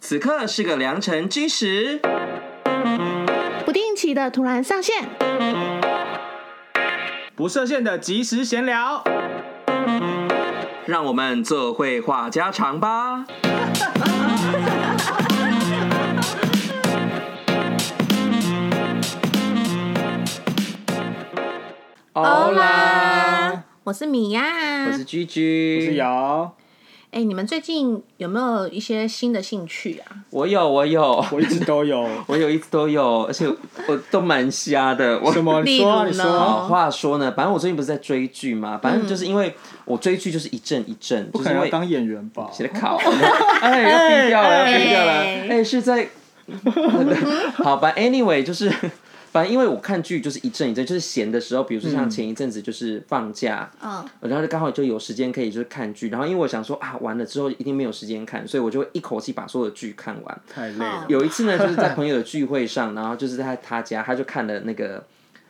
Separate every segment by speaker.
Speaker 1: 此刻是个良辰吉时，
Speaker 2: 不定期的突然上线，
Speaker 3: 不设限的即时闲聊。
Speaker 1: 让我们做绘画家常吧。
Speaker 3: 欧
Speaker 2: 啦，我是米娅，
Speaker 1: 我是居
Speaker 3: 我是
Speaker 1: 居，
Speaker 3: 瑶，
Speaker 2: 哎、你们最近有没有一些新的兴趣啊？
Speaker 1: 我有我有
Speaker 3: 我一直都有。
Speaker 1: 我有一直都有，而且我都蛮瞎的。我
Speaker 3: 什么？你说啊，
Speaker 2: 例
Speaker 3: 你
Speaker 2: 如呢
Speaker 3: 说啊。
Speaker 1: 好话说呢，反正我最近不是在追剧嘛，反正就是因为我追剧就是一阵一阵，
Speaker 3: 嗯不
Speaker 1: 就
Speaker 3: 可
Speaker 1: 是因
Speaker 3: 能要
Speaker 1: 为
Speaker 3: 当演员吧？
Speaker 1: 写的考，哎，要逼掉了，要逼掉了，
Speaker 2: 哦哎
Speaker 1: 哎，是在， 好吧，anyway，就是，反正因为我看剧就是一阵一阵，就是闲的时候，比如说像前一阵子就是放假，
Speaker 2: 嗯，
Speaker 1: 然后就刚好就有时间可以就是看剧，然后因为我想说啊，完了之后一定没有时间看，所以我就会一口气把所有的剧看完。
Speaker 3: 太累了。
Speaker 1: 有一次呢，就是在朋友的聚会上，然后就是在他家，他就看了那个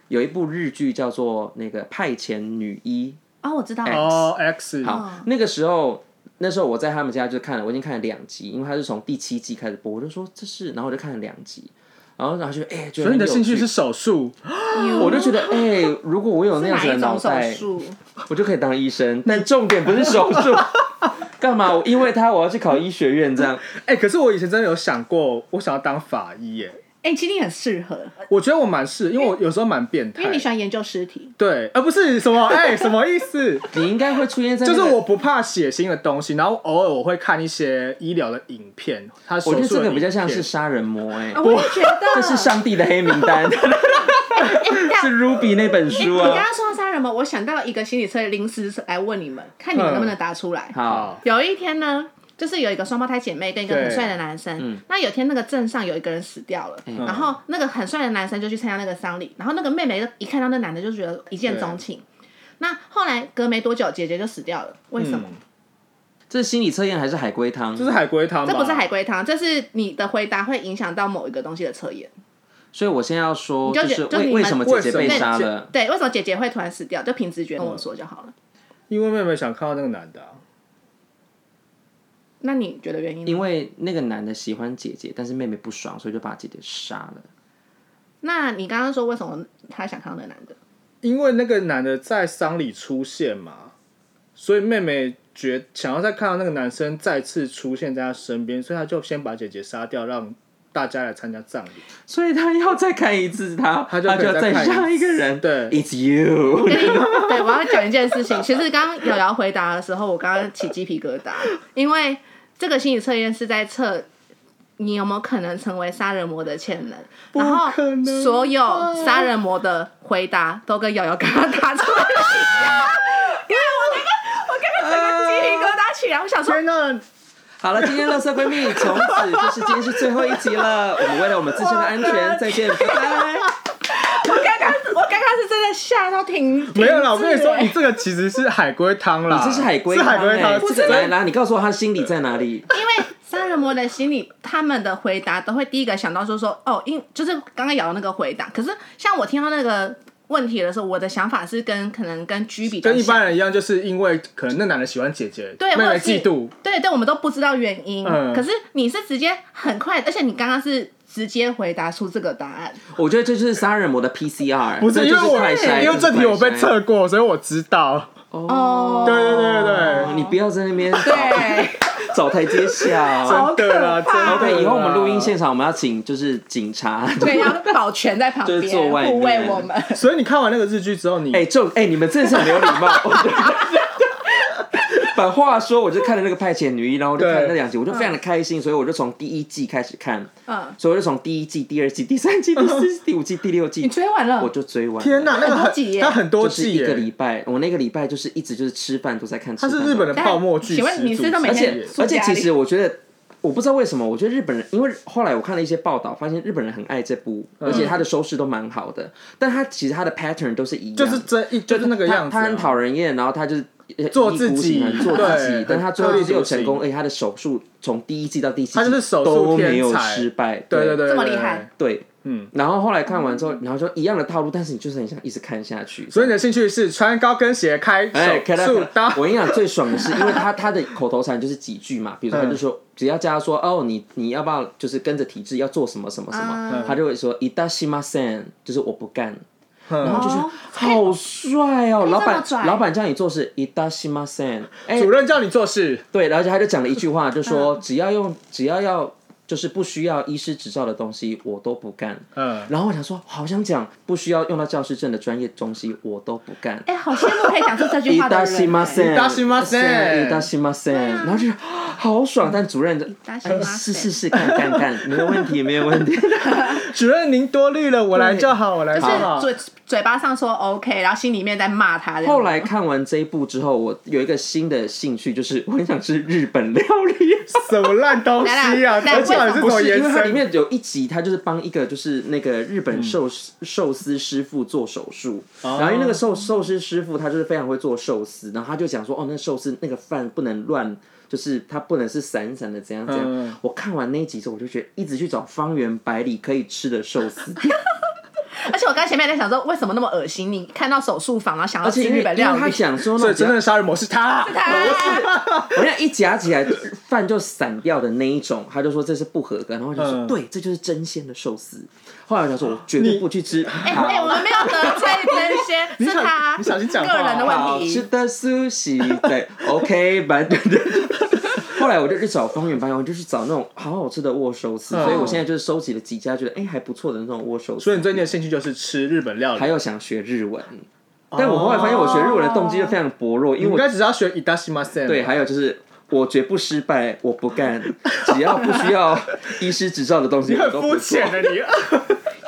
Speaker 1: 有一部日剧叫做那个《派遣女一》，
Speaker 2: 哦，我知道，
Speaker 1: 哎
Speaker 3: 哦，X。
Speaker 1: 好，那个时候，那时候我在他们家就看了，我已经看了两集，因为他是从第七季开始播，我就说这是，然后我就看了两集，然后然后就哎、觉得
Speaker 3: 所以你
Speaker 1: 很有
Speaker 3: 的兴趣
Speaker 1: 趣
Speaker 3: 是手术，
Speaker 1: 我就觉 得哎、如果我有那样
Speaker 2: 哪
Speaker 1: 子的
Speaker 2: 一
Speaker 1: 脑
Speaker 2: 种手
Speaker 1: 袋，
Speaker 2: 术？
Speaker 1: 我就可以当医生。但重点不是手术，干嘛？因为他我要去考医学院，这样
Speaker 3: 哎、可是我以前真的有想过，我想要当法医耶。
Speaker 2: 哎、其实你很适合，
Speaker 3: 我觉得我蛮是，因为我有时候蛮变态。
Speaker 2: 因为你喜欢研究尸体。
Speaker 3: 对，啊而、不是 什么哎、什么意思？
Speaker 1: 你应该会出现在、
Speaker 3: 就是我。不怕血腥的东西，然后偶尔我会看一些医疗的影片，他手
Speaker 1: 我觉得
Speaker 3: 术
Speaker 1: 这个
Speaker 3: 的影
Speaker 1: 比较像是
Speaker 3: 片
Speaker 1: 杀人魔哎、
Speaker 2: 啊，我也觉得，
Speaker 1: 这是上帝的黑名单，是 Ruby 那本
Speaker 2: 哎
Speaker 1: 书
Speaker 2: 你 刚
Speaker 1: 啊。
Speaker 2: 刚说到杀人魔，我想到一个心理测验，临时来问你们，看你们能不能答出来。
Speaker 3: 啊
Speaker 1: 好，
Speaker 2: 有一天呢，就是有一个双胞胎姐妹跟一个很帅的男生。
Speaker 1: 嗯
Speaker 2: 那有一天那个镇上有一个人死掉了，然后那个很帅的男生就去参加那个丧礼，然后那个妹妹就一看到那男的就觉得一见钟情。那后来隔没多久，姐姐就死掉了，为什么？
Speaker 3: 嗯
Speaker 1: 这是心理测验还是海龟汤？
Speaker 3: 就是海龟汤吧，
Speaker 2: 这不是海龟汤，这是你的回答会影响到某一个东西的测验。
Speaker 1: 所以我现在要说，
Speaker 2: 你就觉
Speaker 1: 是
Speaker 2: 就你
Speaker 1: 为为
Speaker 2: 们
Speaker 1: 什么姐姐被杀
Speaker 3: 为什
Speaker 1: 了？
Speaker 2: 对，为什么姐姐会突然死掉？就凭直觉跟我说就好了。
Speaker 3: 因为妹妹想看到那个男的啊、
Speaker 2: 那你觉得原因呢？
Speaker 1: 因为那个男的喜欢姐姐，但是妹妹不爽，所以就把姐姐杀了。
Speaker 2: 那你刚刚说为什么他想看到那个男的？
Speaker 3: 因为那个男的在丧礼出现嘛，所以妹妹觉想要再看到那个男生再次出现在她身边，所以她就先把姐姐杀掉，让大家来参加葬礼。
Speaker 1: 所以他要再看一次他， 他
Speaker 3: 他就可以
Speaker 1: 要
Speaker 3: 再
Speaker 1: 再
Speaker 3: 看一次
Speaker 1: 杀一个人。
Speaker 3: 对
Speaker 1: ，It's you。
Speaker 2: 对，我要讲一件事情。其实刚刚瑶瑶回答的时候，我刚刚起鸡皮疙瘩，因为这个心理测验是在测你有没有可能成为杀人魔的潜能。然后
Speaker 3: 可能吧
Speaker 2: 所有杀人魔的回答都跟瑶瑶刚刚答出来。因为我刚刚，我刚刚整个鸡皮疙瘩起来，我想说，
Speaker 3: 天哪！
Speaker 1: 好了，今天乐色闺蜜从此就是今天是最后一集了。我们为了我们自身的安全，再见，拜 拜。
Speaker 2: 我刚刚，我刚刚是真的吓到停。
Speaker 3: 没有啦，我
Speaker 2: 停滞
Speaker 3: 跟你说，
Speaker 2: 欸
Speaker 3: 你这个其实是海龟汤啦，
Speaker 1: 你这是海龟
Speaker 3: 啊哦是
Speaker 1: 汤欸，
Speaker 3: 海龟汤，
Speaker 1: 不
Speaker 3: 这
Speaker 1: 是
Speaker 3: 个
Speaker 1: 来来，你告诉我他心里在哪里？
Speaker 2: 因为杀人魔的心理，他们的回答都会第一个想到说说哦，因就是刚刚瑶的那个回答。可是像我听到那个问题的时候，我的想法是跟可能跟 G 比较
Speaker 3: 跟一般
Speaker 2: 人
Speaker 3: 人一样，就是因为可能那男的喜欢姐姐，
Speaker 2: 对，
Speaker 3: 妹
Speaker 2: 或
Speaker 3: 妹
Speaker 2: 者是
Speaker 3: 嫉妒，，
Speaker 2: 对对，我们都不知道原因。
Speaker 3: 嗯
Speaker 2: 可是你是直接很快，而且你刚刚是直接回答出这个答案。
Speaker 1: 我觉得这就是杀人魔的 PCR，
Speaker 3: 不
Speaker 1: 这
Speaker 3: 是因
Speaker 1: 就
Speaker 3: 为
Speaker 1: 是快筛
Speaker 3: 我，因为这题我
Speaker 1: 这就是快
Speaker 3: 被。
Speaker 1: 筛哦
Speaker 3: 测过，所以我知道。哦
Speaker 2: 哦，
Speaker 3: 对对对对
Speaker 1: 你不要在那边
Speaker 2: 对，
Speaker 1: 找台阶 下。
Speaker 3: 对，真的啦，
Speaker 2: 好可
Speaker 3: 真
Speaker 2: 怕
Speaker 3: 的啦。
Speaker 1: OK，以后我哎们录音现场，我们要请就是警 察。
Speaker 2: 对，要保全在旁
Speaker 1: 就是坐
Speaker 2: 边
Speaker 1: 外面
Speaker 2: 护卫我们。
Speaker 3: 所以你看完那个日剧之后，你
Speaker 1: 哎，就哎，你们真的是很没有礼 貌。我觉得把话说，我就看了那个《派遣女一》，然后我就看了那两集，我就非
Speaker 3: 嗯
Speaker 1: 常的开心，所以我就从第一季开始看，
Speaker 2: 嗯，
Speaker 1: 所以我就从第一季、第二季、第三季、第四季、第五季、第六
Speaker 2: 你
Speaker 1: 季，
Speaker 2: 追完了，
Speaker 1: 我就追完了。
Speaker 3: 天哪，那个
Speaker 2: 很多集耶
Speaker 3: 它很多
Speaker 1: 就是
Speaker 3: 季
Speaker 1: 一个
Speaker 3: 耶，
Speaker 1: 礼拜，我那个礼拜就是一直就是吃饭都在看。
Speaker 3: 它是日本的泡沫剧始祖。
Speaker 2: 哎请问你是不是每
Speaker 1: 而
Speaker 2: 天
Speaker 1: 且
Speaker 2: 住
Speaker 1: 而且，
Speaker 2: 家
Speaker 1: 其
Speaker 2: 里
Speaker 1: 实我觉得，我不知道为什么，我觉得日本人，因为后来我看了一些报道，发现日本人很爱这部，而
Speaker 3: 嗯
Speaker 1: 且它的收视都蛮好的，但它其实它的 pattern 都是一样，
Speaker 3: 就是真一就是那个样子啊，
Speaker 1: 他很讨人厌，然后他就是。呃
Speaker 3: 做
Speaker 1: 一意孤
Speaker 3: 自己
Speaker 1: 行很做自己
Speaker 3: 对，
Speaker 1: 但他最后
Speaker 3: 特立
Speaker 1: 就是有
Speaker 3: 独行
Speaker 1: 成功，而且他的手术从第一季到第七季，
Speaker 3: 他就是手术
Speaker 1: 都没有
Speaker 3: 天才
Speaker 1: 失败，
Speaker 3: 对对对，
Speaker 2: 这么
Speaker 3: 对
Speaker 2: 厉害。
Speaker 1: 对，
Speaker 3: 嗯。
Speaker 1: 然后后来看完之后，然后就一样的套路，但是你就是很想一直看下去，
Speaker 3: 所以你的兴趣是穿高跟鞋开
Speaker 1: 哎，开
Speaker 3: 手术
Speaker 1: 到
Speaker 3: 刀嗯
Speaker 1: 我跟你讲，最爽的是，因为他他的口头禅就是几句嘛，比如说他就说只要叫他说哦，你你要不要就是跟着体制要做什么什么什么，
Speaker 3: 嗯
Speaker 2: 啊
Speaker 1: 他就会说伊达西马森，就是我不干。
Speaker 3: 嗯
Speaker 1: 然后就是
Speaker 2: 哦
Speaker 1: 好帅哦，
Speaker 2: 以
Speaker 1: 老
Speaker 2: 这
Speaker 1: 板
Speaker 2: 么拽
Speaker 1: 老板叫你做事伊达西马森，哎，
Speaker 3: 主任叫你做事，
Speaker 1: 对，而且他就讲了一句话，就说只要用只要要就是不需要医师执照的东西我都不干。
Speaker 3: 嗯，
Speaker 1: 然后我想说，好想讲不需要用到教师证的专业东西我都不干。
Speaker 2: 哎、好羡慕可以讲出这句
Speaker 1: 伊
Speaker 2: 话的
Speaker 1: 达
Speaker 2: 人、
Speaker 1: 西马森，
Speaker 2: 欸。
Speaker 3: いたしません
Speaker 1: 伊达西马森，然后就是啊好爽。但主任
Speaker 2: 达啊西
Speaker 1: 哎
Speaker 2: 马
Speaker 1: 试
Speaker 2: 森
Speaker 1: 试试看看 看，没有问题，没有问题。
Speaker 3: 主任您多虑了，我来就好，我来就好。
Speaker 2: 就是嘴嘴巴上说 OK，然后心里面在骂他这样。
Speaker 1: 后来看完这一部之后，我有一个新的兴趣，就是我很想吃日本料理。
Speaker 3: 什么烂东西啊！
Speaker 2: 来来
Speaker 3: 而且 是
Speaker 2: 不
Speaker 3: 什么
Speaker 1: 是，因
Speaker 3: 延
Speaker 1: 为它里
Speaker 3: 伸？
Speaker 1: 面有一集，他就是帮一个就是那个日本寿司
Speaker 3: 嗯
Speaker 1: 寿司师傅做手术，
Speaker 3: 哦
Speaker 1: 然后因为那个寿寿司师傅他就是非常会做寿司，然后他就讲说，哦，那寿司那个饭不能乱。就是它不能是散散的，怎样怎样。
Speaker 3: 嗯
Speaker 1: 我看完那一集之后，我就觉得一直去找方圆百里可以吃的寿司 店，
Speaker 2: 而且我刚前面在想说，为什么那么恶心？你看到手术房，然后想要
Speaker 1: 而且
Speaker 2: 吃
Speaker 1: 因为
Speaker 2: 日本料
Speaker 1: 因为他
Speaker 2: 理，
Speaker 1: 讲说那
Speaker 3: 所以
Speaker 1: 种
Speaker 3: 真正的杀人魔是他，
Speaker 1: 我想一夹起来饭就散掉的那一种，他就说这是不合格，然后我就说、
Speaker 3: 嗯
Speaker 1: 对，这就是真鲜的寿司。后来我想说，我绝对不去吃
Speaker 2: 哎、哎我
Speaker 1: 好
Speaker 2: 们没有得罪这 些，
Speaker 3: 你
Speaker 2: 是
Speaker 3: 想
Speaker 2: 他
Speaker 3: 你小心讲话
Speaker 2: 个人的
Speaker 1: 好
Speaker 2: 问
Speaker 1: 吃
Speaker 2: 题。
Speaker 1: 的苏西，对，OK，反正对。后来我就去找方圆八我就去找那种好好吃的握寿司，
Speaker 3: 嗯
Speaker 1: 所以我现在就是收集了几家觉得哎、还不错的那种握寿司。
Speaker 3: 所以你最近的兴趣就是吃日本料理
Speaker 1: 还。有想学日文，但我后来发现我学日文的动机就非常薄弱，因
Speaker 3: 你
Speaker 1: 为
Speaker 3: 应
Speaker 1: 我
Speaker 3: 该只是要学伊达西马森。
Speaker 1: 对，，还有就是我绝不失败，我不干，只要不需要医师执照的东西
Speaker 3: 你
Speaker 1: 我
Speaker 3: 很
Speaker 1: 都
Speaker 3: 肤
Speaker 1: 不做。
Speaker 3: 浅的 你。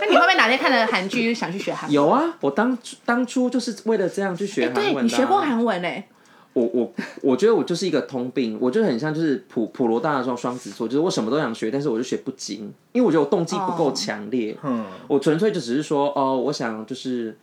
Speaker 2: 那你会不会哪天看了韩剧想去学韩文？
Speaker 1: 有啊，我当当初就是为了这样去学
Speaker 2: 哎、
Speaker 1: 韩文、
Speaker 2: 对
Speaker 1: 的啊
Speaker 2: 你学过韩文哎、
Speaker 1: 我我我觉得我就是一个通病，我就是很像就是普普罗大的双双子座，就是我什么都想学，但是我就学不精，因为我觉得我动机不
Speaker 3: 哦
Speaker 1: 够强烈。
Speaker 3: 嗯，
Speaker 1: 我纯粹就只是说，哦，我想就是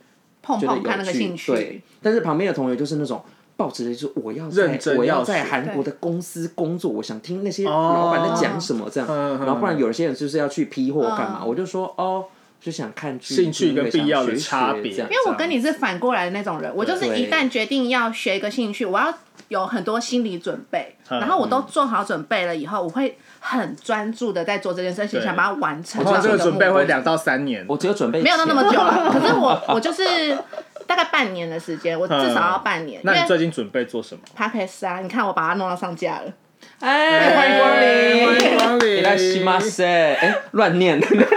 Speaker 2: 碰
Speaker 1: 觉得
Speaker 2: 碰看
Speaker 1: 有
Speaker 2: 那个
Speaker 1: 趣，
Speaker 2: 兴趣
Speaker 1: 对。。但是旁边的同学就是那种抱着就是我要在
Speaker 3: 认真
Speaker 1: 我
Speaker 3: 要
Speaker 1: 要在
Speaker 3: 学
Speaker 1: 韩国的公司工作，我想听那些
Speaker 3: 哦
Speaker 1: 老板在讲什么这样。
Speaker 3: 嗯嗯嗯
Speaker 1: 然后不然有些人就是要去批货干嘛，
Speaker 2: 嗯
Speaker 1: 我就说哦，就想看剧
Speaker 3: 兴趣跟
Speaker 1: 因为想
Speaker 3: 必要的
Speaker 1: 学
Speaker 3: 差别
Speaker 1: 学这样
Speaker 2: 因为我跟你是反过来的那种人，我就是一旦决定要学一个兴趣，我要有很多心理准 备，
Speaker 3: 嗯
Speaker 2: 然后我都做好准备了以后，我会很专注的在做这件事情，
Speaker 3: 对
Speaker 2: 想把它完成。
Speaker 3: 我觉得这个准备
Speaker 2: 我
Speaker 3: 会
Speaker 2: 的目标
Speaker 3: 两到三年。
Speaker 1: 我只有准备
Speaker 2: 没有到那么久
Speaker 1: 钱
Speaker 2: 了，可是我我就是大概半年的时间，我至少要半年，因
Speaker 3: 嗯那你最
Speaker 2: 为
Speaker 3: 近准备做什么？
Speaker 2: podcast 啊，你看我把它弄到上架了，
Speaker 1: 哎，欢迎光临，
Speaker 3: 欢迎光
Speaker 1: い
Speaker 3: 临
Speaker 1: らっしゃいませ。哎，乱念，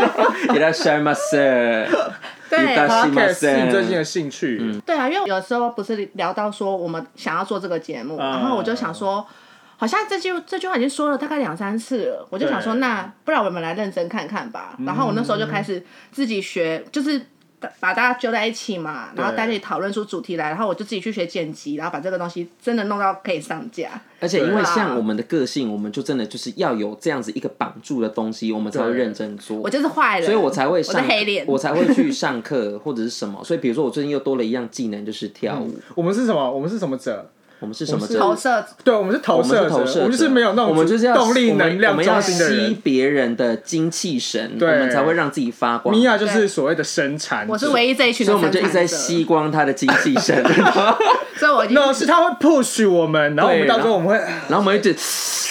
Speaker 1: いらっしゃいませ。
Speaker 2: 对
Speaker 1: 大西马
Speaker 3: Podcast
Speaker 1: 森
Speaker 3: 是你最近的兴
Speaker 1: 嗯
Speaker 3: 趣，
Speaker 2: 对啊，因为有时候不是聊到说我们想要做这个节目，
Speaker 3: 嗯
Speaker 2: 然后我就想说，好像这句这句话已经说了大概两三次了，我就想说，
Speaker 3: 对嗯
Speaker 2: 那不然我们来认真看看吧。然后我那时候就开始自己学，就是。把大家揪在一起嘛，然后大家一起讨论出主题来，然后我就自己去学剪辑，然后把这个东西真的弄到可以上架。
Speaker 1: 而且因为
Speaker 2: 对啊
Speaker 1: 像我们的个性，我们就真的就是要有这样子一个绑住的东西，我们才会
Speaker 3: 对
Speaker 1: 认真做
Speaker 2: 我。就是坏人，
Speaker 1: 所以我才会
Speaker 2: 我是
Speaker 1: 上，
Speaker 2: 黑脸，
Speaker 1: 我才会去上课或者是什么。所以比如说，我最近又多了一样技能，就是跳舞。
Speaker 3: 我们是什么？我们是什么者？
Speaker 1: 我们是什么
Speaker 3: 我
Speaker 1: 者？
Speaker 3: 是
Speaker 2: 投射
Speaker 3: 对，我们是投
Speaker 1: 我们
Speaker 3: 射
Speaker 1: 是投射者，
Speaker 3: 我们就是没有那种
Speaker 1: 我们就是要
Speaker 3: 动力能
Speaker 1: 我
Speaker 3: 量
Speaker 1: 们我
Speaker 3: 中
Speaker 1: 们
Speaker 3: 心的
Speaker 1: 要
Speaker 3: 人
Speaker 1: 吸。别人的精气神，我
Speaker 3: 对
Speaker 1: 们才会让自己发光。
Speaker 3: 米娅就是所谓的生产者，
Speaker 2: 我是唯一这一群的
Speaker 1: 所以我们就一直在
Speaker 2: 生产者
Speaker 1: 吸，光他的精气 神。
Speaker 2: 所以我已经
Speaker 3: 那是他会 push 我们，然后我们
Speaker 1: 对
Speaker 3: 到时候我们会
Speaker 1: 然后我们一 直，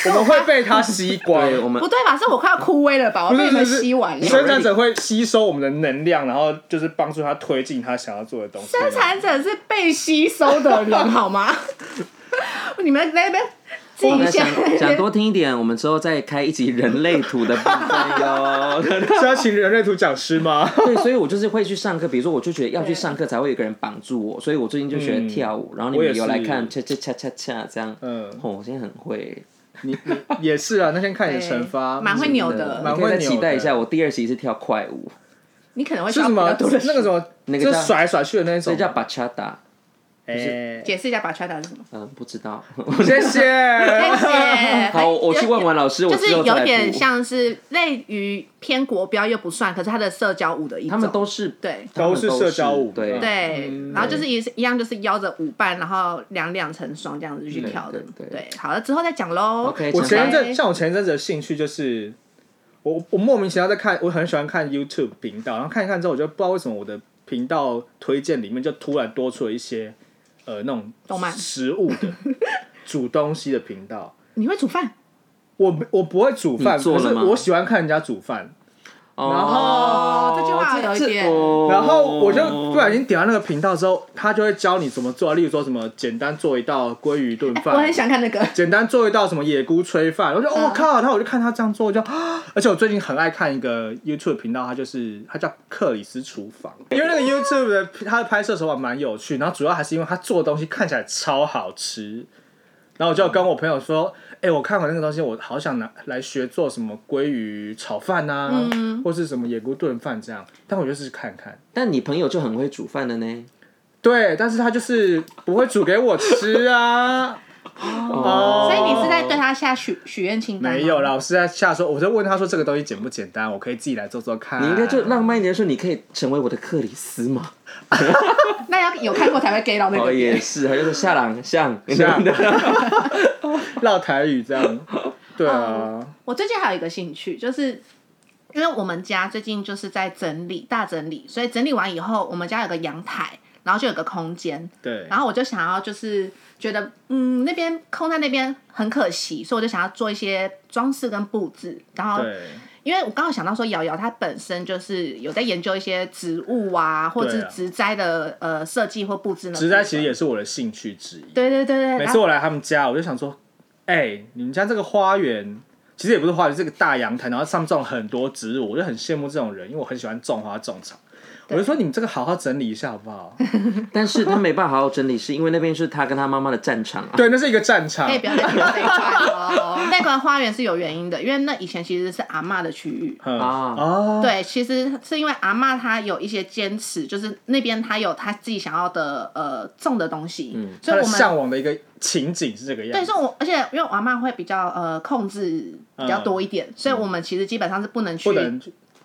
Speaker 3: 我们会被他吸光。
Speaker 1: 对，我们
Speaker 2: 不对吧？是我快要枯萎了吧？我
Speaker 3: 不
Speaker 2: 被
Speaker 3: 是
Speaker 2: 你
Speaker 3: 不
Speaker 2: 们
Speaker 3: 是
Speaker 2: 吸完了。
Speaker 3: 生产者会吸收我们的能量，然后就是帮助他推进他想要做的东西。
Speaker 2: 生产者是被吸收的人，好吗？你们在那边自
Speaker 1: 我
Speaker 2: 己
Speaker 1: 们
Speaker 2: 先
Speaker 1: 想想多听一点，我们之后再开一集人类图的部分哟。
Speaker 3: 是要请人类图讲师吗？
Speaker 1: 对，所以我就是会去上课，比如说我就觉得要去上课才会有一个人绑住我，所以我最近就学跳舞，然后你
Speaker 3: 我也
Speaker 1: 们
Speaker 3: 是
Speaker 1: 有来看恰恰恰恰恰这样，
Speaker 3: 嗯
Speaker 1: 哦，我现在很会，
Speaker 3: 你你也是啊，那天看你的惩罚，
Speaker 2: 蛮会扭的
Speaker 1: 你
Speaker 3: 蛮
Speaker 1: 可以
Speaker 3: 会
Speaker 1: 再
Speaker 3: 扭的
Speaker 1: 期待一下，我第二期是跳快舞，
Speaker 2: 你可能会需
Speaker 3: 是
Speaker 2: 要
Speaker 3: 什
Speaker 2: 比较
Speaker 3: 么？
Speaker 2: 多的
Speaker 3: 那个什么，
Speaker 1: 那个
Speaker 3: 就
Speaker 1: 叫
Speaker 3: 甩来甩去的那种
Speaker 1: 这。叫 bachata，
Speaker 3: 哎，
Speaker 2: 解释一下把 c h a 是什么？
Speaker 1: 嗯，不知道。
Speaker 3: 谢谢。
Speaker 2: 谢 谢。
Speaker 1: 好，我去问完老师，我
Speaker 2: 就是
Speaker 1: 之后再
Speaker 2: 有
Speaker 1: 来
Speaker 2: 点
Speaker 1: 补。
Speaker 2: 像是类于偏国标又不算，可是它的社交舞的一种。
Speaker 1: 他们都是
Speaker 2: 对
Speaker 1: 他们
Speaker 3: 都是社交舞
Speaker 1: 对
Speaker 2: 对，
Speaker 3: 嗯
Speaker 2: 然后就是一一样就是邀着舞伴，然后两两成双这样子去跳的。
Speaker 1: 对对对
Speaker 2: 好了之后再讲喽。
Speaker 1: OK，
Speaker 3: 我前
Speaker 2: 想
Speaker 3: 一阵
Speaker 2: 法
Speaker 3: 像我前一阵子的兴趣就是，我我莫名其妙在看，我很喜欢看 YouTube 频道，然后看一看之后，我就不知道为什么我的频道推荐里面就突然多出了一些呃那种
Speaker 2: 动漫
Speaker 3: 食物的煮东西的频道。
Speaker 2: 你会煮饭？
Speaker 3: 我不我不会煮饭，
Speaker 1: 你做
Speaker 3: 可
Speaker 1: 了
Speaker 3: 是
Speaker 1: 吗
Speaker 3: 我喜欢看人家煮饭，然
Speaker 2: 哦
Speaker 3: 后，
Speaker 2: 这句话有一点
Speaker 1: 哦
Speaker 3: 然后我就不小心点到那个频道之后，他就会教你怎么做，例如说什么简单做一道鲑鱼
Speaker 1: 哎
Speaker 3: 炖
Speaker 2: 哎我很
Speaker 3: 饭。
Speaker 2: 想看那个，
Speaker 3: 简单做一道什么野菇炊饭，我就我、
Speaker 2: 嗯
Speaker 3: 哦、靠，然后我就看他这样做，我就，啊而且我最近很爱看一个 YouTube 频道，它就是它叫克里斯厨房，因为那个 YouTube 的它的拍摄手法蛮有趣，然后主要还是因为他做的东西看起来超好吃，然后我就跟我朋友说，哎、我看完那个东西，我好想拿来学做什么鲑鱼炒饭啊，
Speaker 2: 嗯
Speaker 3: 或是什么野菇炖饭这样，但我就是看看。
Speaker 1: 但你朋友就很会煮饭的呢。
Speaker 3: 对，但是他就是不会煮给我吃啊。哦
Speaker 2: 所以你是在对他下许许愿清单吗？
Speaker 3: 没有啦，我是在下说，我在问他说这个东西简不简单，我可以自己来做做看。
Speaker 1: 你应该就浪漫一点说，你可以成为我的克里斯 嘛。
Speaker 2: 那要有看过才会 get 到那
Speaker 1: 哦，
Speaker 2: 个
Speaker 1: 也
Speaker 2: 点。
Speaker 1: 是， 还有说夏朗像
Speaker 3: 像
Speaker 1: 的，
Speaker 3: 绕台语这样。对
Speaker 2: 哦
Speaker 3: 啊，
Speaker 2: 我最近还有一个兴趣，就是因为我们家最近就是在整理大整理，所以整理完以后，我们家有个阳台，然后就有个空间，
Speaker 3: 对
Speaker 2: 然后我就想要就是觉得嗯那边空在那边很可惜，所以我就想要做一些装饰跟布置，然后
Speaker 3: 对
Speaker 2: 因为我刚好想到说，瑶瑶她本身就是有在研究一些植物啊，或者
Speaker 3: 对
Speaker 2: 是
Speaker 3: 啊
Speaker 2: 植栽的呃设计或布置呢。
Speaker 3: 植栽其实也是我的兴趣之一。
Speaker 2: 对对对对，
Speaker 3: 每
Speaker 2: 然
Speaker 3: 次
Speaker 2: 后
Speaker 3: 我来他们家，我就想说，哎、你们家这个花园其实也不是花园，是个大阳台，然后上面种很多植物，我就很羡慕这种人，因为我很喜欢种花种草。我就说你们这个好好整理一下好 不好？
Speaker 1: 但是他没办法好好整理，是因为那边是他跟他妈妈的战场啊。
Speaker 3: 对，那是一个战场
Speaker 2: 可。以不要再提这一块哦。那块花园是有原因的，因为那以前其实是阿嬷的区域。
Speaker 3: 嗯
Speaker 1: 啊
Speaker 3: 哦，
Speaker 2: 对，其实是因为阿嬷她有一些坚持，就是那边她有她自己想要的呃种的东西，所以
Speaker 3: 他嗯的
Speaker 2: 我们
Speaker 3: 向往的一个情景是这个样
Speaker 2: 对，
Speaker 3: 子。
Speaker 2: 所以我而且因为我阿嬷会比较呃控制比较多一点，所以我们其实基本上是不能去
Speaker 3: 嗯不能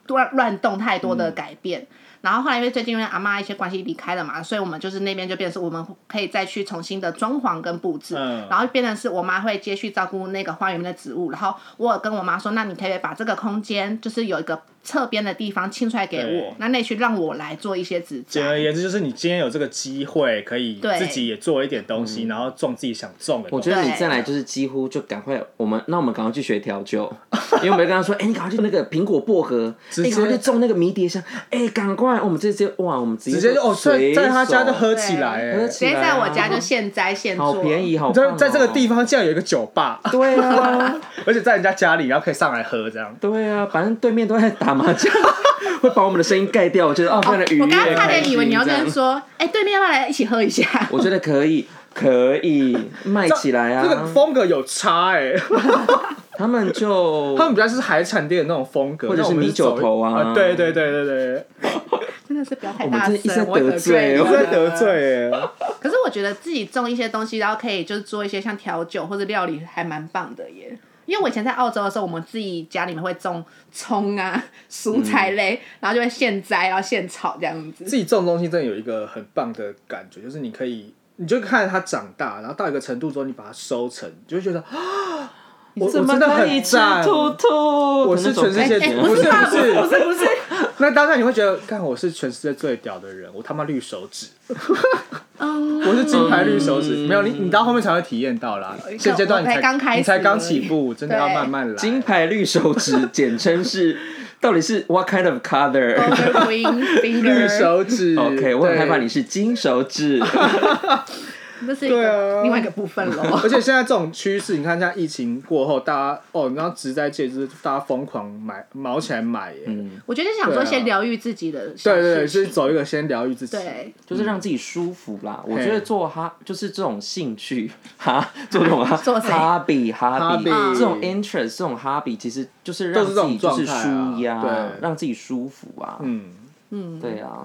Speaker 2: 乱乱动太多
Speaker 1: 嗯
Speaker 2: 的改变。然后后来因为最近因为阿妈一些关系离开了嘛，所以我们就是那边就变成是我们可以再去重新的装潢跟布置，
Speaker 3: 嗯
Speaker 2: 然后变成是我妈会接续照顾那个花园的植物，然后我有跟我妈说，那你可不可以把这个空间就是有一个侧边的地方清出来给我
Speaker 3: 对，
Speaker 2: 那那区让我来做一些植
Speaker 3: 简而
Speaker 2: 栽。
Speaker 3: 言之，就是你今天有这个机会，可以
Speaker 2: 对
Speaker 3: 自己也做一点东西，然后种自己想种的
Speaker 1: 嗯我
Speaker 3: 东
Speaker 1: 觉
Speaker 3: 西。
Speaker 1: 得你再来就是几乎就赶快，我们那我们赶快去学调 酒，因为我们就跟他说，哎、你赶快去那个苹果薄荷，
Speaker 3: 直
Speaker 1: 你
Speaker 3: 接
Speaker 1: 赶快去种那个迷迭香，哎、赶快，我们直接哇，我们直接
Speaker 3: 直接就哦，所以
Speaker 1: 随
Speaker 3: 在他家
Speaker 1: 手
Speaker 3: 就喝起来，
Speaker 1: 喝
Speaker 3: 哎，
Speaker 1: 起
Speaker 2: 直接在我
Speaker 1: 来啊
Speaker 2: 家就现摘现
Speaker 1: 好
Speaker 2: 做，
Speaker 1: 便宜，好棒、
Speaker 3: 在
Speaker 1: 哦，
Speaker 3: 在这个地方竟然有一个酒吧，
Speaker 1: 对啊，
Speaker 3: 而且在人家家里，然后可以上来喝这样。
Speaker 1: 对啊，反正对面都在打麻将， 会把我们的声音盖掉，我觉得哦，非常的愉悦。
Speaker 2: 我刚刚差点以为你要
Speaker 1: 这
Speaker 2: 跟
Speaker 1: 样
Speaker 2: 人，说，哎、对面要不要来一起喝一下？
Speaker 1: 我觉得可 以，可以卖起来
Speaker 3: 这个
Speaker 1: 啊。
Speaker 3: 风格有差 哎，
Speaker 1: 他们就
Speaker 3: 他们比较是海产店的那种风格，
Speaker 1: 或者是
Speaker 3: 那我们
Speaker 1: 米酒
Speaker 3: 走一
Speaker 1: 头啊啊
Speaker 3: 对对对 对对，
Speaker 2: 真的是不要太
Speaker 1: 我们
Speaker 2: 大
Speaker 1: 这
Speaker 2: 声，
Speaker 1: 一直在
Speaker 2: 我会
Speaker 1: 得罪
Speaker 2: 人
Speaker 1: 哦
Speaker 3: 不会得。罪哎。
Speaker 2: 可是我觉得自己种一些东西，然后可以就是做一些像调酒或者料理，还蛮棒的耶。因为我以前在澳洲的时候，我们自己家里面会种葱啊、蔬菜类，然后就会现摘，然后现炒这样 子。
Speaker 3: 自己种东西真的有一个很棒的感觉，就是你可以，你就看着它长大，然后到一个程度之后，你把它收成，你就会觉得 啊，我我
Speaker 1: 怎
Speaker 3: 真
Speaker 1: 么
Speaker 3: 的
Speaker 1: 可以
Speaker 3: 很
Speaker 1: 吃
Speaker 3: 赞。
Speaker 1: 兔兔？我
Speaker 3: 我是全世界
Speaker 2: 哎
Speaker 3: 最
Speaker 2: 不是吧
Speaker 3: 不是
Speaker 2: 不是不是，
Speaker 3: 那当然你会觉得，看我是全世界最屌的人，我他妈绿手指，
Speaker 2: 嗯，
Speaker 3: 我是金牌绿手指。
Speaker 1: 嗯
Speaker 3: 没有你，你到后面才会体验到啦。现阶段你
Speaker 2: 我才刚开始
Speaker 3: 你才刚起步，真的要
Speaker 2: 对
Speaker 3: 慢慢来。
Speaker 1: 金牌绿手指，简称 是，到底是 what kind of color？OK，、
Speaker 2: Golden Queen
Speaker 3: 绿
Speaker 2: Finger，
Speaker 3: 手指
Speaker 1: OK，我很害怕你
Speaker 3: 哦对
Speaker 1: 是金手 指。
Speaker 2: 这是一个、
Speaker 3: 对啊
Speaker 2: 另外一个部分喽。
Speaker 3: 而且现在这种趋势，你看，像疫情过后，大家哦，你知道植栽界就是大家疯狂买，毛起来买耶。
Speaker 1: 嗯
Speaker 2: 我觉得想做一些
Speaker 3: 对啊
Speaker 2: 疗愈自己的小
Speaker 3: 对对对，
Speaker 2: 事情
Speaker 3: 是走一个先疗愈自己。
Speaker 2: 对，
Speaker 1: 就是让自己舒服啦。我
Speaker 3: 嘿
Speaker 1: 觉得做哈就是这种兴趣哈，做这种 哈
Speaker 2: 做谁
Speaker 1: 哈比哈比
Speaker 3: Hobby
Speaker 1: 这种 interest 这种哈比，其实就是让
Speaker 3: 都是
Speaker 1: 自
Speaker 3: 这
Speaker 1: 己
Speaker 3: 种
Speaker 1: 就是
Speaker 3: 状态啊
Speaker 1: 舒压
Speaker 3: 对，
Speaker 1: 让自己舒服啊。
Speaker 3: 嗯，
Speaker 1: 对啊，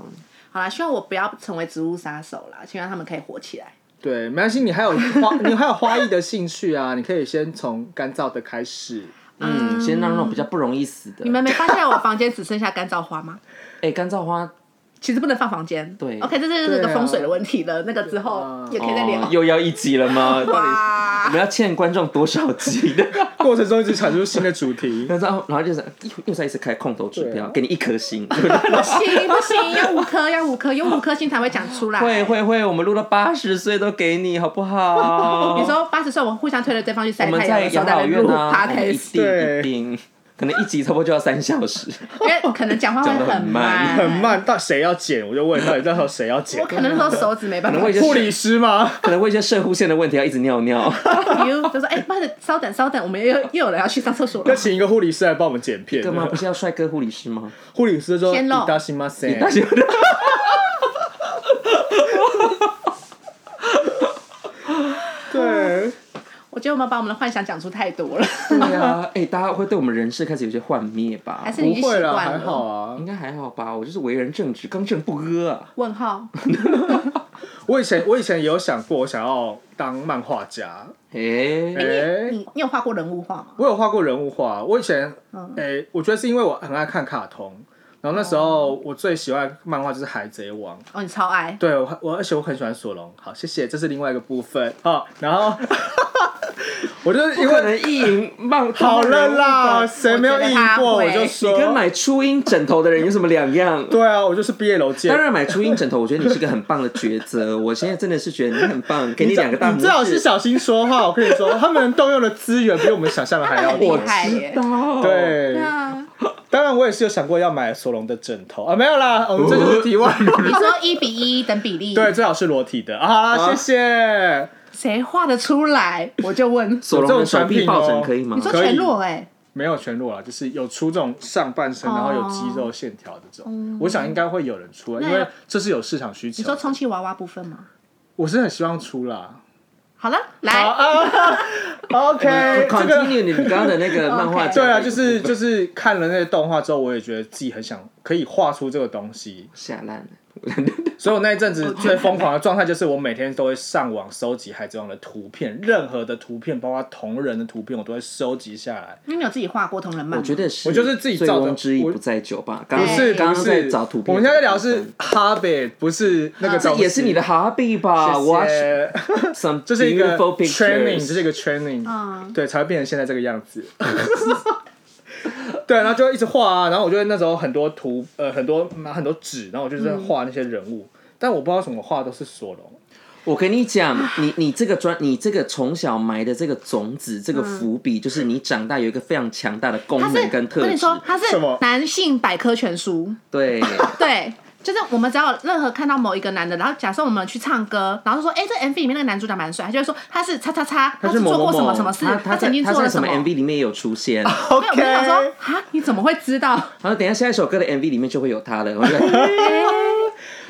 Speaker 2: 好啦，希望我不要成为植物杀手啦，希望他们可以火起来。
Speaker 3: 对，没关系，你还有 花，你还有花艺的兴趣啊，你可以先从干燥的开始。
Speaker 1: 嗯，先让那种比较不容易死
Speaker 2: 你
Speaker 1: 的。
Speaker 2: 们没发现我房间只剩下干燥花吗？
Speaker 1: 哎，干燥花
Speaker 2: 其实不能放房间。
Speaker 1: 对
Speaker 2: ，OK，这是那
Speaker 3: 对
Speaker 2: 个
Speaker 3: 啊
Speaker 2: 风水的问题了，那个之后也可以再聊
Speaker 1: 哦。又要一集了 吗？到底我
Speaker 2: 哇，
Speaker 1: 们要欠观众多少集的？
Speaker 3: 过程中一直产出新的 主题，
Speaker 1: 然后，然后就是又又再一次开空头指
Speaker 2: 啊
Speaker 1: 标，给
Speaker 3: 对
Speaker 1: 你一颗星。
Speaker 2: 不行不行，要五颗要五颗，有五颗星才会讲出来。
Speaker 1: 会会会，我们录到八十岁都给你，好不好？
Speaker 2: 你说八十岁，我们互相推着对方去
Speaker 1: 我
Speaker 2: 晒
Speaker 1: 们
Speaker 2: 太阳
Speaker 1: 在
Speaker 2: 的时
Speaker 1: 养
Speaker 2: 候，在那
Speaker 1: 老
Speaker 2: 边
Speaker 1: 院
Speaker 2: 录
Speaker 1: 啊，我们一
Speaker 2: podcast，
Speaker 1: 定
Speaker 3: 对
Speaker 1: 一定，可能一集差不多就要三小时。
Speaker 2: 因为可能讲话会
Speaker 1: 讲得很
Speaker 2: 很
Speaker 1: 慢
Speaker 3: 很。慢，到谁要剪？我就问到底到时候谁要剪
Speaker 2: 我？可能那时候手指没办法
Speaker 1: 可能会
Speaker 2: 举，
Speaker 1: 就是
Speaker 3: 护理师吗？
Speaker 1: 可能为一些射护线的问题要一直尿 尿。
Speaker 2: 就说哎，慢点，稍等稍等，我们又又有人要去上厕所
Speaker 3: 要
Speaker 2: 了。
Speaker 3: 请一个护理师来帮我们剪片。
Speaker 1: 干嘛不是要帅哥护理师吗？
Speaker 3: 护理师说：“
Speaker 2: 先露
Speaker 3: いたしません
Speaker 1: 但是
Speaker 3: 对，
Speaker 2: 我觉得我们把我们的幻想讲出太多了，
Speaker 1: 对啊， 哎，大家会对我们人设开始有些幻灭吧
Speaker 2: 还？是你已
Speaker 3: 不
Speaker 2: 经习
Speaker 3: 会
Speaker 2: 惯
Speaker 3: 啦，
Speaker 2: 了？
Speaker 3: 还好啊
Speaker 1: 应。该还好吧，我就是为人正直，刚正不阿啊。
Speaker 2: 问号，
Speaker 3: 我以前我以前也有想过，我想要当漫画家。哎、
Speaker 1: 哎，
Speaker 2: 你你有画过人物画吗？
Speaker 3: 我有画过人物画。我以前，
Speaker 1: 嗯
Speaker 3: 哎、我觉得是因为我很爱看卡通，然后那时
Speaker 1: 哦
Speaker 3: 候我最喜欢漫画就是《海贼王》。
Speaker 2: 哦，你超爱，
Speaker 3: 对，我我而且我很喜欢索隆。好，谢谢，这是另外一个部分。好，然后我就是
Speaker 1: 不
Speaker 3: 因
Speaker 1: 可
Speaker 3: 为
Speaker 1: 能意淫漫
Speaker 3: 好了啦，
Speaker 1: 漫
Speaker 3: 谁没有
Speaker 2: 我觉
Speaker 3: 赢
Speaker 2: 得他
Speaker 3: 过我
Speaker 2: 会
Speaker 3: 就
Speaker 1: 你跟
Speaker 3: 说。
Speaker 1: 买初音枕头的人有什么两样？
Speaker 3: 对啊，我就是毕业楼见
Speaker 1: 当。然，买初音枕头，我觉得你是个很棒的抉择。我现在真的是觉得你很棒，给你两个大拇
Speaker 3: 你
Speaker 1: 指。
Speaker 3: 最好是小心说话。我跟你说，他们动用的资源比我们想象的还要
Speaker 2: 他们
Speaker 3: 多
Speaker 1: 我
Speaker 2: 很。厉害
Speaker 1: 知
Speaker 2: 耶
Speaker 1: 道，，
Speaker 3: 对
Speaker 2: 对，啊，
Speaker 3: 当然我也是有想过要买索隆的枕头啊，没有啦，我们这
Speaker 1: 哦
Speaker 3: 就是题外。
Speaker 2: 你说一比一等比例，
Speaker 3: 对，最好是裸体的啊，谢谢。
Speaker 2: 谁画得出来？我就 问，
Speaker 1: 索隆的手臂抱
Speaker 3: 哦
Speaker 1: 枕可以吗
Speaker 2: 你？说
Speaker 3: 可以
Speaker 2: 全裸哎，
Speaker 3: 没有全裸啊，就是有出这种上半身，然后有肌肉线条的这种，我想应该会有人出啊来，因
Speaker 2: 那
Speaker 3: 为这是有市场需
Speaker 2: 你说
Speaker 3: 求。
Speaker 2: 充气娃娃部分吗？
Speaker 3: 我是很希望出啦。
Speaker 2: 好了，
Speaker 3: 好
Speaker 2: 来，
Speaker 3: 啊 ，OK，这哎个
Speaker 1: continue 你刚刚的那 个漫画
Speaker 2: OK
Speaker 1: 家
Speaker 3: 对啊，
Speaker 1: 的一个部分，
Speaker 3: 就是就是看了那些动画之后，我也觉得自己很想可以画出这个东西，
Speaker 1: 下烂了。
Speaker 3: 所以我那一阵子最疯狂的状态就是，我每天都会上网收集《海贼王》的图片，任何的图片，包括同人的图片，我都会收集下来。
Speaker 2: 那你有自己画过同人漫吗？
Speaker 1: 我觉得是，
Speaker 3: 我就是自己
Speaker 1: 醉
Speaker 3: 造的
Speaker 1: 翁之意
Speaker 3: 我
Speaker 1: 不在酒吧。刚
Speaker 3: 不是
Speaker 1: 哎刚
Speaker 3: 不
Speaker 1: 刚在
Speaker 3: 是，
Speaker 1: 找图片，
Speaker 3: 我们现在聊是 Hobbit，不是那个
Speaker 2: 啊
Speaker 1: 这
Speaker 3: 东西
Speaker 1: 也是你的啊 hobby 吧？Watch
Speaker 3: 谢谢
Speaker 1: some
Speaker 3: 这是一个
Speaker 1: beautiful
Speaker 3: training，
Speaker 1: pictures
Speaker 3: 这。是一个 training，、
Speaker 2: 嗯
Speaker 3: 对，才会变成现在这个样子。 对，然后就一直画啊，然后我就会那时候很多图，呃，很多拿很多纸，然后我就是
Speaker 2: 嗯
Speaker 3: 在画那些人物，但我不知道什么画都是索隆，
Speaker 1: 我跟你讲，你你这个专，你这个从小埋的这个种子，这个伏笔，就是你长大有一个非常强大的功
Speaker 2: 它
Speaker 1: 能
Speaker 2: 嗯是，
Speaker 1: 跟
Speaker 2: 我
Speaker 1: 特
Speaker 2: 跟你
Speaker 1: 质。
Speaker 2: 说，它是
Speaker 3: 什么
Speaker 2: 男性百科全书。
Speaker 1: 对，
Speaker 2: 对，就是我们只要有任何看到某一个男的，然后假设我们去唱歌，然后就说，哎、这 MV 里面那个男主角蛮帅，他就会说 他是叉叉叉，
Speaker 1: 他
Speaker 2: 是
Speaker 1: 某
Speaker 2: 做
Speaker 1: 某
Speaker 2: 过什
Speaker 1: 某，
Speaker 2: 么什么事，
Speaker 1: 他他在
Speaker 2: 曾经
Speaker 1: 他
Speaker 2: 做
Speaker 1: 在
Speaker 2: 了
Speaker 1: 什么
Speaker 2: 么。
Speaker 1: MV 里面也有出现。 然
Speaker 2: 对，我就想说，啊，你怎么会知道？
Speaker 1: 后等一下下一首歌的 MV 里面就会有他了。我就在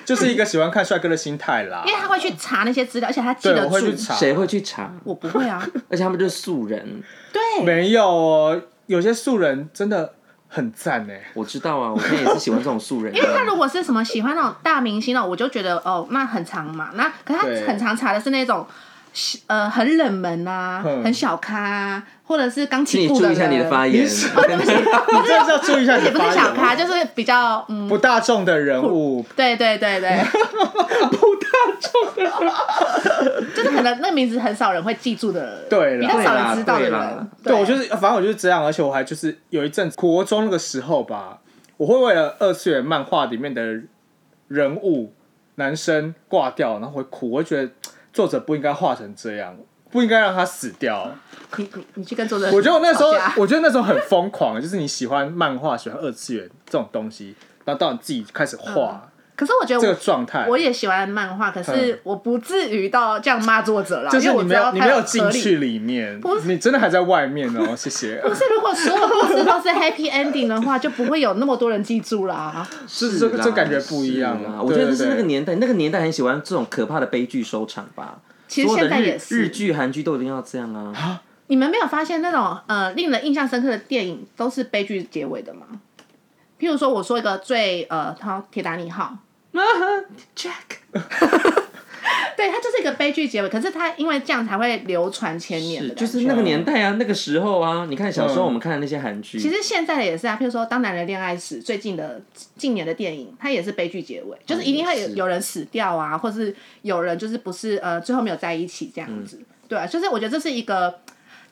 Speaker 3: 就是一个喜欢看帅哥的心态啦
Speaker 2: 因。为他会去查那些资料，而且他记
Speaker 3: 对，
Speaker 2: 得
Speaker 3: 我会去
Speaker 2: 住。
Speaker 3: 查。
Speaker 1: 谁会去查？
Speaker 2: 我不 会啊，
Speaker 1: 而且他们就是素人，
Speaker 2: 对，
Speaker 3: 没有哦，有些素人真的很赞哎。
Speaker 1: 我知道啊，我现在也是喜欢这种素人啊。
Speaker 2: 因为他如果是什么喜欢那种大明星那种，我就觉得哦，那很长嘛。那可是
Speaker 3: 对
Speaker 2: 他很常查的是那种，呃，很冷门啊，
Speaker 3: 嗯
Speaker 2: 很小咖啊，或者是刚
Speaker 1: 请你
Speaker 2: 起步
Speaker 1: 注
Speaker 2: 的
Speaker 1: 意一下你的
Speaker 2: 人
Speaker 1: 发言。
Speaker 3: 你真的是要注意一下你
Speaker 2: 也不
Speaker 3: 的
Speaker 2: 是
Speaker 3: 发
Speaker 2: 小咖，
Speaker 3: 言，哦
Speaker 2: 就是比较嗯，
Speaker 3: 不大众的人物，
Speaker 2: 对对对 对， 就是可能那名字很少人会记住的，
Speaker 3: 对
Speaker 2: 比
Speaker 3: 啦
Speaker 2: 较少
Speaker 1: 对啦
Speaker 2: 人知道的
Speaker 1: 对啦
Speaker 2: 人。
Speaker 3: 对我就是，反正我就是这样，而且我还就是有一阵子国中那个时候吧，我会为了二次元漫画里面的人物男生挂掉，然后会哭，我会觉得作者不应该画成这样，不应该让他死 掉。
Speaker 2: 你你你去跟作者，
Speaker 3: 我觉得我那时候
Speaker 2: 吵架，
Speaker 3: 我觉得那时候很疯狂，就是你喜欢漫画，喜欢二次元这种东西，然后到你自己开始画、
Speaker 2: 可是我觉
Speaker 3: 这
Speaker 2: 得
Speaker 3: 个
Speaker 2: 我
Speaker 3: 状态，
Speaker 2: 嗯我也喜欢漫画，可是我不至于到这样骂作者啦，
Speaker 3: 就
Speaker 2: 因
Speaker 3: 是
Speaker 2: 为
Speaker 3: 你
Speaker 2: 我知
Speaker 3: 没有
Speaker 2: 道
Speaker 3: 你
Speaker 2: 他
Speaker 3: 没有
Speaker 2: 合
Speaker 3: 进
Speaker 2: 理。
Speaker 3: 去里面
Speaker 2: 不，是
Speaker 3: 你真的还在外面哦，谢谢。
Speaker 2: 不是，如果所有故事都是 happy ending 的话，就不会有那么多人记住啦。
Speaker 3: 是这个
Speaker 1: 啦
Speaker 3: 这感觉不一样
Speaker 1: 啊是啦
Speaker 3: 啊！
Speaker 1: 我觉得
Speaker 3: 对
Speaker 1: 这是那个。
Speaker 3: 对对
Speaker 1: 年代，那个年代很喜欢这种可怕的悲剧收场吧。
Speaker 2: 其实
Speaker 1: 所有的
Speaker 2: 现在
Speaker 1: 日
Speaker 2: 也是
Speaker 1: 日剧、韩剧都一定要这样啊。
Speaker 2: 你们没有发现那种呃令人印象深刻的电影都是悲剧结尾的吗？譬如说，我说一个最呃，他《铁达尼号》
Speaker 1: Jack，
Speaker 2: 对，它就是一个悲剧结尾。可是它因为这样才会流传千年的
Speaker 1: 是
Speaker 2: 感觉
Speaker 1: 就是那个年代啊，那个时候啊，你看小时候我们看的那些韩剧，
Speaker 2: 其实现在的也是啊，譬如说《当男人恋爱时》最近的近年的电影，它也是悲剧结尾，就是一定会有
Speaker 1: 嗯也是
Speaker 2: 有人死掉啊，或是有人就是不是呃最后没有在一起这样
Speaker 1: 嗯
Speaker 2: 子。对啊，就是我觉得这是一个，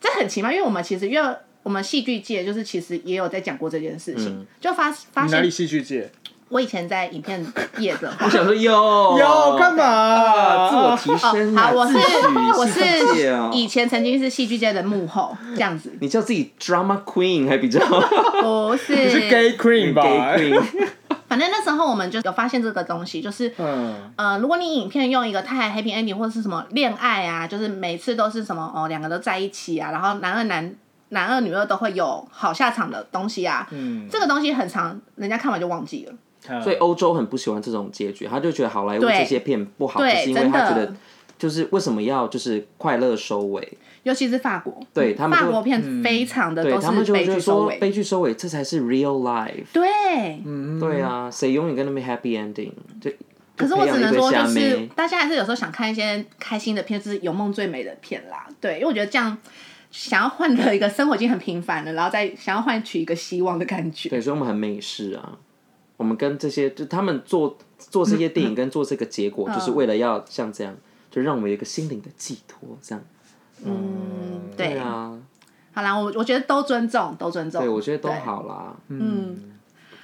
Speaker 2: 这很奇妙，因为我们其实因为我们戏剧界就是其实也有在讲过这件事情，
Speaker 1: 嗯
Speaker 2: 就发发
Speaker 3: 你哪里
Speaker 2: 现
Speaker 3: 戏剧界？
Speaker 2: 我以前在 影片业的话
Speaker 1: 我想说哟
Speaker 3: 有干嘛
Speaker 1: 啊？
Speaker 3: 啊？
Speaker 1: 自我提升啊，
Speaker 2: 哦好，我是
Speaker 1: 自诩
Speaker 2: 我
Speaker 1: 世界
Speaker 2: 是
Speaker 1: 哦
Speaker 2: 以前曾经是戏剧界的幕后这样 子，
Speaker 1: 你叫自己 drama queen 还比较
Speaker 2: 不是，
Speaker 3: 你是嗯 gay queen 吧
Speaker 1: gay queen，
Speaker 2: 反正那时候我们就有发现这个东西，就是
Speaker 3: 嗯，
Speaker 2: 呃，如果你影片用一个太 happy ending 或者是什么恋爱啊，就是每次都是什么哦，两个都在一起啊，然后男二男男二女二都会有好下场的东西啊，
Speaker 3: 嗯
Speaker 2: 这个东西很长，人家看完就忘记了。
Speaker 1: 所以欧洲很不喜欢这种结局，他就觉得好莱坞
Speaker 2: 对
Speaker 1: 这些片不好，就
Speaker 2: 对
Speaker 1: 是因为他觉
Speaker 2: 真的
Speaker 1: 得就是为什么要就是快乐收尾，
Speaker 2: 尤其是法国，
Speaker 1: 对他们
Speaker 2: 法
Speaker 1: 就嗯
Speaker 2: 国片非常的
Speaker 1: 对
Speaker 2: 都
Speaker 1: 他们
Speaker 2: 是
Speaker 1: 就会
Speaker 2: 悲
Speaker 1: 觉
Speaker 2: 剧
Speaker 1: 得
Speaker 2: 收
Speaker 1: 说
Speaker 2: 尾，
Speaker 1: 悲剧收尾这才是 real life。
Speaker 2: 对，
Speaker 1: 对啊，谁永远跟他们 happy ending？就
Speaker 2: 嗯可是我只能说，
Speaker 1: 培
Speaker 2: 就
Speaker 1: 养一堆虾
Speaker 2: 是
Speaker 1: 妹
Speaker 2: 大家还是有时候想看一些开心的片，就是有梦最美的片啦。对，因为我觉得这样想要换的一个生活已经很平凡了，然后再想要换取一个希望的感觉。
Speaker 1: 对，所以我们很美式啊。我们跟这些就他们做做这些电影跟做这个结果，
Speaker 2: 嗯
Speaker 1: 就是为了要像这样，就让我们有一个心灵的寄托，这样。
Speaker 2: 嗯，对。
Speaker 1: 啊，
Speaker 2: 好啦，我我觉得都尊重，都尊重。
Speaker 1: 对我觉得都
Speaker 2: 对。
Speaker 1: 好啦。
Speaker 2: 嗯，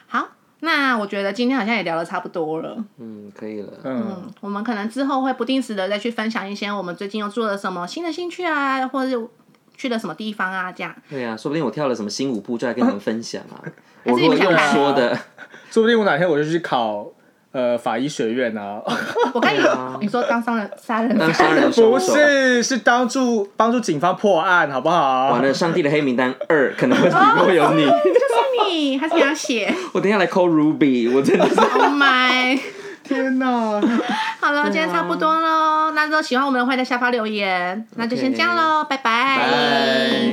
Speaker 2: 好，那我觉得今天好像也聊的差不多了。
Speaker 1: 嗯，可以了。
Speaker 3: 嗯，
Speaker 2: 嗯，我们可能之后会不定时的再去分享一些我们最近又做了什么新的兴趣啊，或者是去了什么地方啊，这样。
Speaker 1: 对啊，说不定我跳了什么新舞步就来跟你们分享啊。我
Speaker 2: 还是
Speaker 1: 如果
Speaker 2: 你们啊想
Speaker 1: 用
Speaker 2: 看
Speaker 1: 说的，
Speaker 3: 说不定我哪天我就去考呃法医学院啊，
Speaker 2: 我刚以为你说当杀人杀 人
Speaker 1: 啊当杀人凶
Speaker 3: 不
Speaker 1: 手，
Speaker 3: 是，是帮助帮助警方破案，好不好？
Speaker 1: 啊完了，上帝的黑名单二可能 会里面有你。
Speaker 2: 就是你，还是你要 写
Speaker 1: 我等一下来 call Ruby，我真的是。
Speaker 2: ？Oh my！
Speaker 3: 天哪！
Speaker 2: 好了，今天差不
Speaker 1: 啊
Speaker 2: 多喽。那如果喜欢我们的，欢迎在下方留言。那就先这样喽，拜拜
Speaker 1: 拜